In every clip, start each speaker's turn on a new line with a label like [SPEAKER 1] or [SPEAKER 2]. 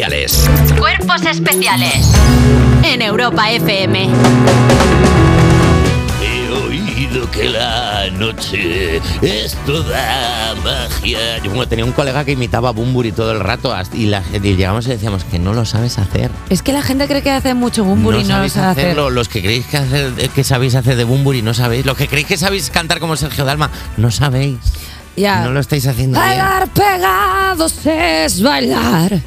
[SPEAKER 1] especiales.
[SPEAKER 2] Cuerpos especiales. En Europa FM.
[SPEAKER 3] He oído que la noche es toda magia.
[SPEAKER 4] Yo bueno, tenía un colega que imitaba a Bumburi todo el rato hasta- y, la, y llegamos y decíamos que no lo sabes hacer.
[SPEAKER 5] Es que la gente cree que hace mucho bumburi y no lo
[SPEAKER 4] sabéis
[SPEAKER 5] sabe hacer.
[SPEAKER 4] hacerlo. Los que creéis que, hacer- que sabéis hacer de Bumburi no sabéis. Los que creéis que sabéis cantar como Sergio Dalma no sabéis.
[SPEAKER 5] Ya.
[SPEAKER 4] No lo estáis haciendo bien.
[SPEAKER 5] Bailar pegados es bailar.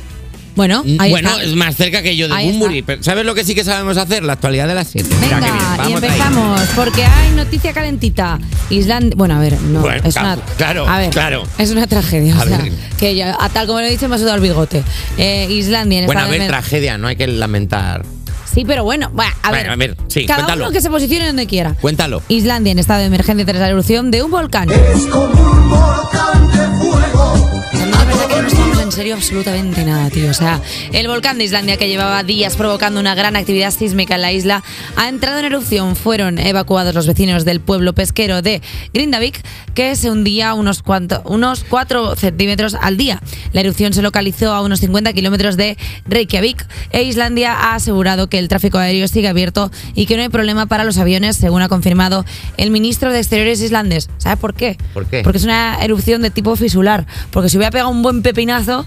[SPEAKER 5] Bueno, ahí
[SPEAKER 4] bueno,
[SPEAKER 5] está.
[SPEAKER 4] es más cerca que yo de
[SPEAKER 5] Ahí está.
[SPEAKER 4] Bumburi. pero ¿Sabes lo que sí que sabemos hacer? La actualidad de las 7.
[SPEAKER 5] Venga, y empezamos, porque hay noticia calentita. Islandia. Bueno, a ver, no.
[SPEAKER 4] Bueno,
[SPEAKER 5] es
[SPEAKER 4] claro,
[SPEAKER 5] una,
[SPEAKER 4] claro,
[SPEAKER 5] a ver,
[SPEAKER 4] claro.
[SPEAKER 5] Es una tragedia.
[SPEAKER 4] A
[SPEAKER 5] o sea,
[SPEAKER 4] ver.
[SPEAKER 5] que ya, a tal como lo he dicho, me ha sudado el bigote. Eh, Islandia, en
[SPEAKER 4] Bueno, a
[SPEAKER 5] estado
[SPEAKER 4] ver,
[SPEAKER 5] de-
[SPEAKER 4] tragedia, no hay que lamentar.
[SPEAKER 5] Sí, pero bueno, bueno, a
[SPEAKER 4] Bueno,
[SPEAKER 5] ver.
[SPEAKER 4] a ver, sí,
[SPEAKER 5] cada
[SPEAKER 4] cuéntalo.
[SPEAKER 5] uno que se posicione donde quiera.
[SPEAKER 4] Cuéntalo.
[SPEAKER 5] Islandia en estado de emergencia tras la erupción de un volcán.
[SPEAKER 6] Es como un volcán de fuego.
[SPEAKER 5] No, de verdad que no estamos en serio absolutamente nada, tío. O sea, el volcán de Islandia que llevaba días provocando una gran actividad sísmica en la isla ha entrado en erupción. Fueron evacuados los vecinos del pueblo pesquero de Grindavik que se hundía unos, cuanto, unos 4 centímetros al día. La erupción se localizó a unos 50 kilómetros de Reykjavik e Islandia ha asegurado que el tráfico aéreo sigue abierto y que no hay problema para los aviones, según ha confirmado el ministro de Exteriores islandés. ¿Sabes por qué?
[SPEAKER 4] ¿Por qué?
[SPEAKER 5] Porque es una erupción de tipo fisular. Porque si hubiera pegado un buen pepinazo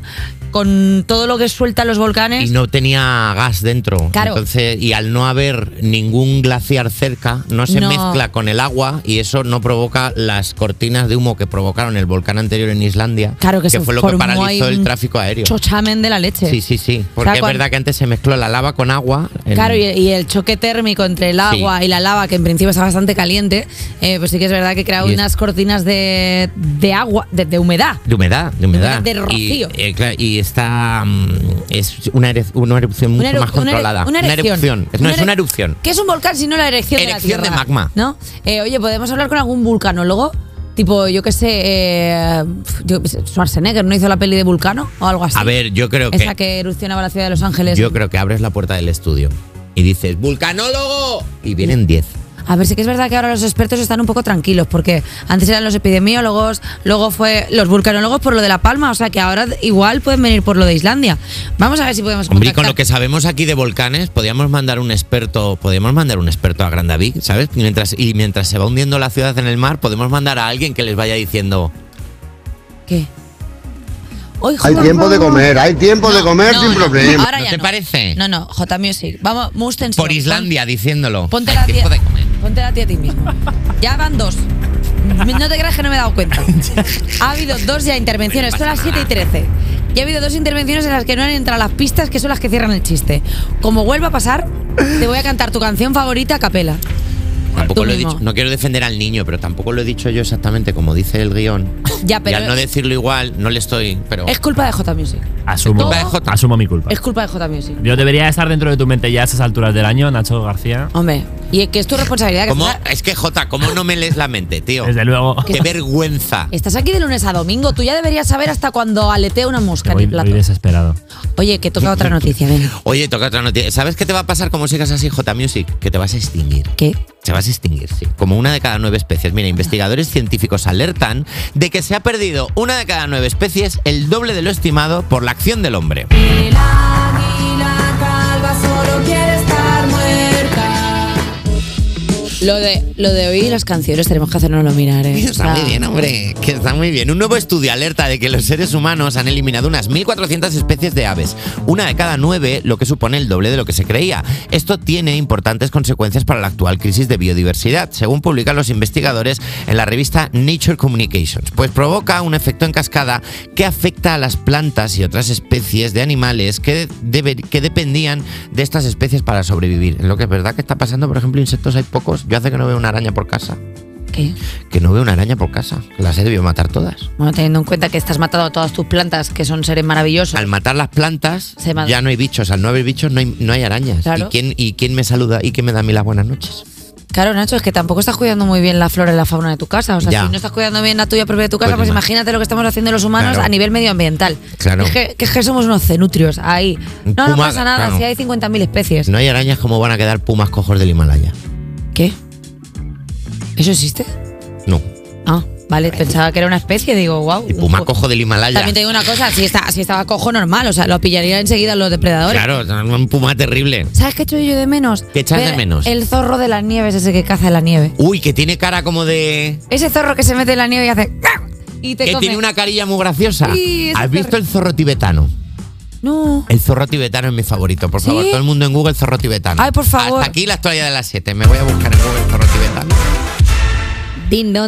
[SPEAKER 5] con todo lo que sueltan los volcanes.
[SPEAKER 4] Y no tenía gas dentro.
[SPEAKER 5] Claro.
[SPEAKER 4] Entonces, y al no haber ningún glaciar cerca, no se
[SPEAKER 5] No.
[SPEAKER 4] mezcla con el agua y eso no provoca las cortinas de humo que provocaron el volcán anterior en Islandia,
[SPEAKER 5] Claro que, se
[SPEAKER 4] fue lo que
[SPEAKER 5] formó ahí
[SPEAKER 4] paralizó el
[SPEAKER 5] un
[SPEAKER 4] tráfico aéreo.
[SPEAKER 5] Chochamen de la leche.
[SPEAKER 4] Sí, sí, sí.
[SPEAKER 5] O
[SPEAKER 4] Porque
[SPEAKER 5] sea,
[SPEAKER 4] es
[SPEAKER 5] cuan-
[SPEAKER 4] verdad que antes se mezcló la lava con agua. en-
[SPEAKER 5] Claro, y, y el choque térmico entre el agua y la lava, que en principio está bastante caliente, eh, pues sí que es verdad que crea
[SPEAKER 4] Y es-
[SPEAKER 5] unas cortinas de, de agua, de, de humedad.
[SPEAKER 4] De humedad, de humedad.
[SPEAKER 5] De rocío.
[SPEAKER 4] Y, eh, claro, y está. mm, es una, ere- una erupción mucho
[SPEAKER 5] eru-
[SPEAKER 4] más
[SPEAKER 5] ere-
[SPEAKER 4] controlada.
[SPEAKER 5] Una erupción.
[SPEAKER 4] erupción. No, es
[SPEAKER 5] ere-
[SPEAKER 4] una erupción.
[SPEAKER 5] ¿Qué es un volcán sino la erección de
[SPEAKER 4] Erección
[SPEAKER 5] la
[SPEAKER 4] de
[SPEAKER 5] Tierra?
[SPEAKER 4] magma.
[SPEAKER 5] ¿No? Eh, oye, ¿podemos hablar con algún vulcanólogo? Tipo, yo qué sé, eh, yo qué sé, Schwarzenegger no hizo la peli de Vulcano o algo así.
[SPEAKER 4] A ver, yo creo que.
[SPEAKER 5] Esa que erupcionaba la ciudad de Los Ángeles.
[SPEAKER 4] Yo creo que abres la puerta del estudio y dices, ¡Vulcanólogo! Y vienen 10.
[SPEAKER 5] A ver, sí que es verdad que ahora los expertos están un poco tranquilos, porque antes eran los epidemiólogos, luego fue los vulcanólogos por lo de La Palma, o sea que ahora igual pueden venir por lo de Islandia. Vamos a ver si podemos
[SPEAKER 4] Hombre, y con
[SPEAKER 5] contactar.
[SPEAKER 4] lo que sabemos aquí de volcanes, podríamos mandar un experto, podríamos mandar un experto a Grandavik, ¿sabes? Y mientras, y mientras se va hundiendo la ciudad en el mar, podemos mandar a alguien que les vaya diciendo,
[SPEAKER 5] ¿Qué? Hoy,
[SPEAKER 7] Hay
[SPEAKER 5] Jota,
[SPEAKER 7] tiempo de
[SPEAKER 5] vamos.
[SPEAKER 7] comer, hay tiempo de
[SPEAKER 5] No,
[SPEAKER 7] comer
[SPEAKER 5] no,
[SPEAKER 7] sin
[SPEAKER 5] no,
[SPEAKER 7] problema.
[SPEAKER 5] ahora
[SPEAKER 4] ¿No
[SPEAKER 5] ya
[SPEAKER 4] te parece?
[SPEAKER 5] No, no, J Music. Vamos, Mustenson.
[SPEAKER 4] por Islandia, diciéndolo.
[SPEAKER 5] Ponte
[SPEAKER 4] Hay
[SPEAKER 5] la, tía,
[SPEAKER 4] tiempo de comer.
[SPEAKER 5] ponte la tía a ti mismo. Ya van dos. No te creas que no me he dado cuenta. Ha habido dos ya intervenciones, son las 7 y 13. Ya ha habido dos intervenciones en las que no han entrado las pistas, que son las que cierran el chiste. Como vuelva a pasar, te voy a cantar tu canción favorita a capela.
[SPEAKER 4] Tampoco
[SPEAKER 5] Tú
[SPEAKER 4] lo he
[SPEAKER 5] mismo.
[SPEAKER 4] dicho, no quiero defender al niño, pero tampoco lo he dicho yo exactamente como dice el guión.
[SPEAKER 5] Ya, pero
[SPEAKER 4] y al no decirlo igual, no le estoy. Pero
[SPEAKER 5] es culpa de J Music.
[SPEAKER 8] Asumo,
[SPEAKER 5] Culpa de
[SPEAKER 4] Jota.
[SPEAKER 8] asumo mi culpa.
[SPEAKER 5] Es culpa de J Music.
[SPEAKER 8] Yo debería estar dentro de tu mente ya a esas alturas del año, Nacho García.
[SPEAKER 5] Hombre, y es que es tu responsabilidad que
[SPEAKER 4] ¿Cómo?
[SPEAKER 5] estás-
[SPEAKER 4] Es que, Jota, ¿cómo no me lees la mente, tío?
[SPEAKER 8] Desde luego.
[SPEAKER 4] Qué vergüenza.
[SPEAKER 5] Estás aquí de lunes a domingo, tú ya deberías saber hasta cuando aletea una mosca en
[SPEAKER 8] Voy,
[SPEAKER 5] el plato.
[SPEAKER 8] voy desesperado.
[SPEAKER 5] Oye, que toca otra noticia, ven.
[SPEAKER 4] Oye, toca otra noticia. ¿Sabes qué te va a pasar como sigas así, J Music? Que te vas a extinguir.
[SPEAKER 5] ¿Qué?
[SPEAKER 4] Se vas a extinguir, sí. Como una de cada nueve especies. Mira, investigadores científicos alertan de que se ha perdido una de cada nueve especies, el doble de lo estimado por la acción del hombre.
[SPEAKER 5] El águila calva solo quiere estar muerta. Lo de, lo de oír las canciones tenemos que hacernoslo mirar, ¿eh?
[SPEAKER 4] Está
[SPEAKER 5] O sea,
[SPEAKER 4] muy bien, hombre, que está muy bien. Un nuevo estudio alerta de que los seres humanos han eliminado unas 1.400 especies de aves, una de cada nueve, lo que supone el doble de lo que se creía. Esto tiene importantes consecuencias para la actual crisis de biodiversidad, según publican los investigadores en la revista Nature Communications, pues provoca un efecto en cascada que afecta a las plantas y otras especies de animales que, debe- que dependían de estas especies para sobrevivir. Lo que es verdad que está pasando, por ejemplo, insectos hay pocos. Yo hace que no veo una araña por casa
[SPEAKER 5] ¿Qué?
[SPEAKER 4] que no veo una araña por casa. Las he debido matar todas.
[SPEAKER 5] Bueno, teniendo en cuenta que estás matando a todas tus plantas, que son seres maravillosos.
[SPEAKER 4] Al matar las plantas,
[SPEAKER 5] Se mata.
[SPEAKER 4] ya no hay bichos. Al no haber bichos, no hay, no hay arañas.
[SPEAKER 5] Claro.
[SPEAKER 4] ¿Y, quién, ¿Y quién me saluda y quién me da a mí las buenas noches?
[SPEAKER 5] Claro, Nacho, es que tampoco estás cuidando muy bien la flora y la fauna de tu casa. O sea,
[SPEAKER 4] Ya.
[SPEAKER 5] si no estás cuidando bien la tuya propia de tu casa,
[SPEAKER 4] Pues
[SPEAKER 5] pues,
[SPEAKER 4] ima-
[SPEAKER 5] imagínate lo que estamos haciendo los humanos
[SPEAKER 4] Claro.
[SPEAKER 5] a nivel medioambiental.
[SPEAKER 4] Claro.
[SPEAKER 5] Es que, que es que somos unos cenutrios ahí.
[SPEAKER 4] Un
[SPEAKER 5] No, no
[SPEAKER 4] puma,
[SPEAKER 5] pasa nada,
[SPEAKER 4] claro.
[SPEAKER 5] si hay 50.000 especies.
[SPEAKER 4] Si no hay arañas, ¿cómo van a quedar pumas cojos del Himalaya?
[SPEAKER 5] ¿Qué? ¿Eso existe?
[SPEAKER 4] No.
[SPEAKER 5] Ah. ¿vale? Pensaba que era una especie, digo, wow.
[SPEAKER 4] Y puma cojo del Himalaya.
[SPEAKER 5] También te digo una cosa, si, está, si estaba cojo normal, o sea, lo pillarían enseguida los depredadores.
[SPEAKER 4] Claro, un puma terrible.
[SPEAKER 5] ¿Sabes qué echo yo de menos?
[SPEAKER 4] ¿Qué echas de
[SPEAKER 5] Ver
[SPEAKER 4] menos?
[SPEAKER 5] El zorro de las nieves, ese que caza en la nieve.
[SPEAKER 4] Uy, que tiene cara como de.
[SPEAKER 5] Ese zorro que se mete en la nieve y hace... ¡ah! Y te
[SPEAKER 4] que
[SPEAKER 5] come.
[SPEAKER 4] tiene una carilla muy graciosa.
[SPEAKER 5] Sí, ese
[SPEAKER 4] ¿Has visto
[SPEAKER 5] perro.
[SPEAKER 4] el zorro tibetano?
[SPEAKER 5] No.
[SPEAKER 4] El zorro tibetano es mi favorito. Por favor,
[SPEAKER 5] ¿Sí?
[SPEAKER 4] todo el mundo en Google zorro tibetano.
[SPEAKER 5] Ay, por favor.
[SPEAKER 4] Hasta aquí la actualidad de las 7. Me voy a buscar en Google zorro tibetano.
[SPEAKER 5] Ding dong.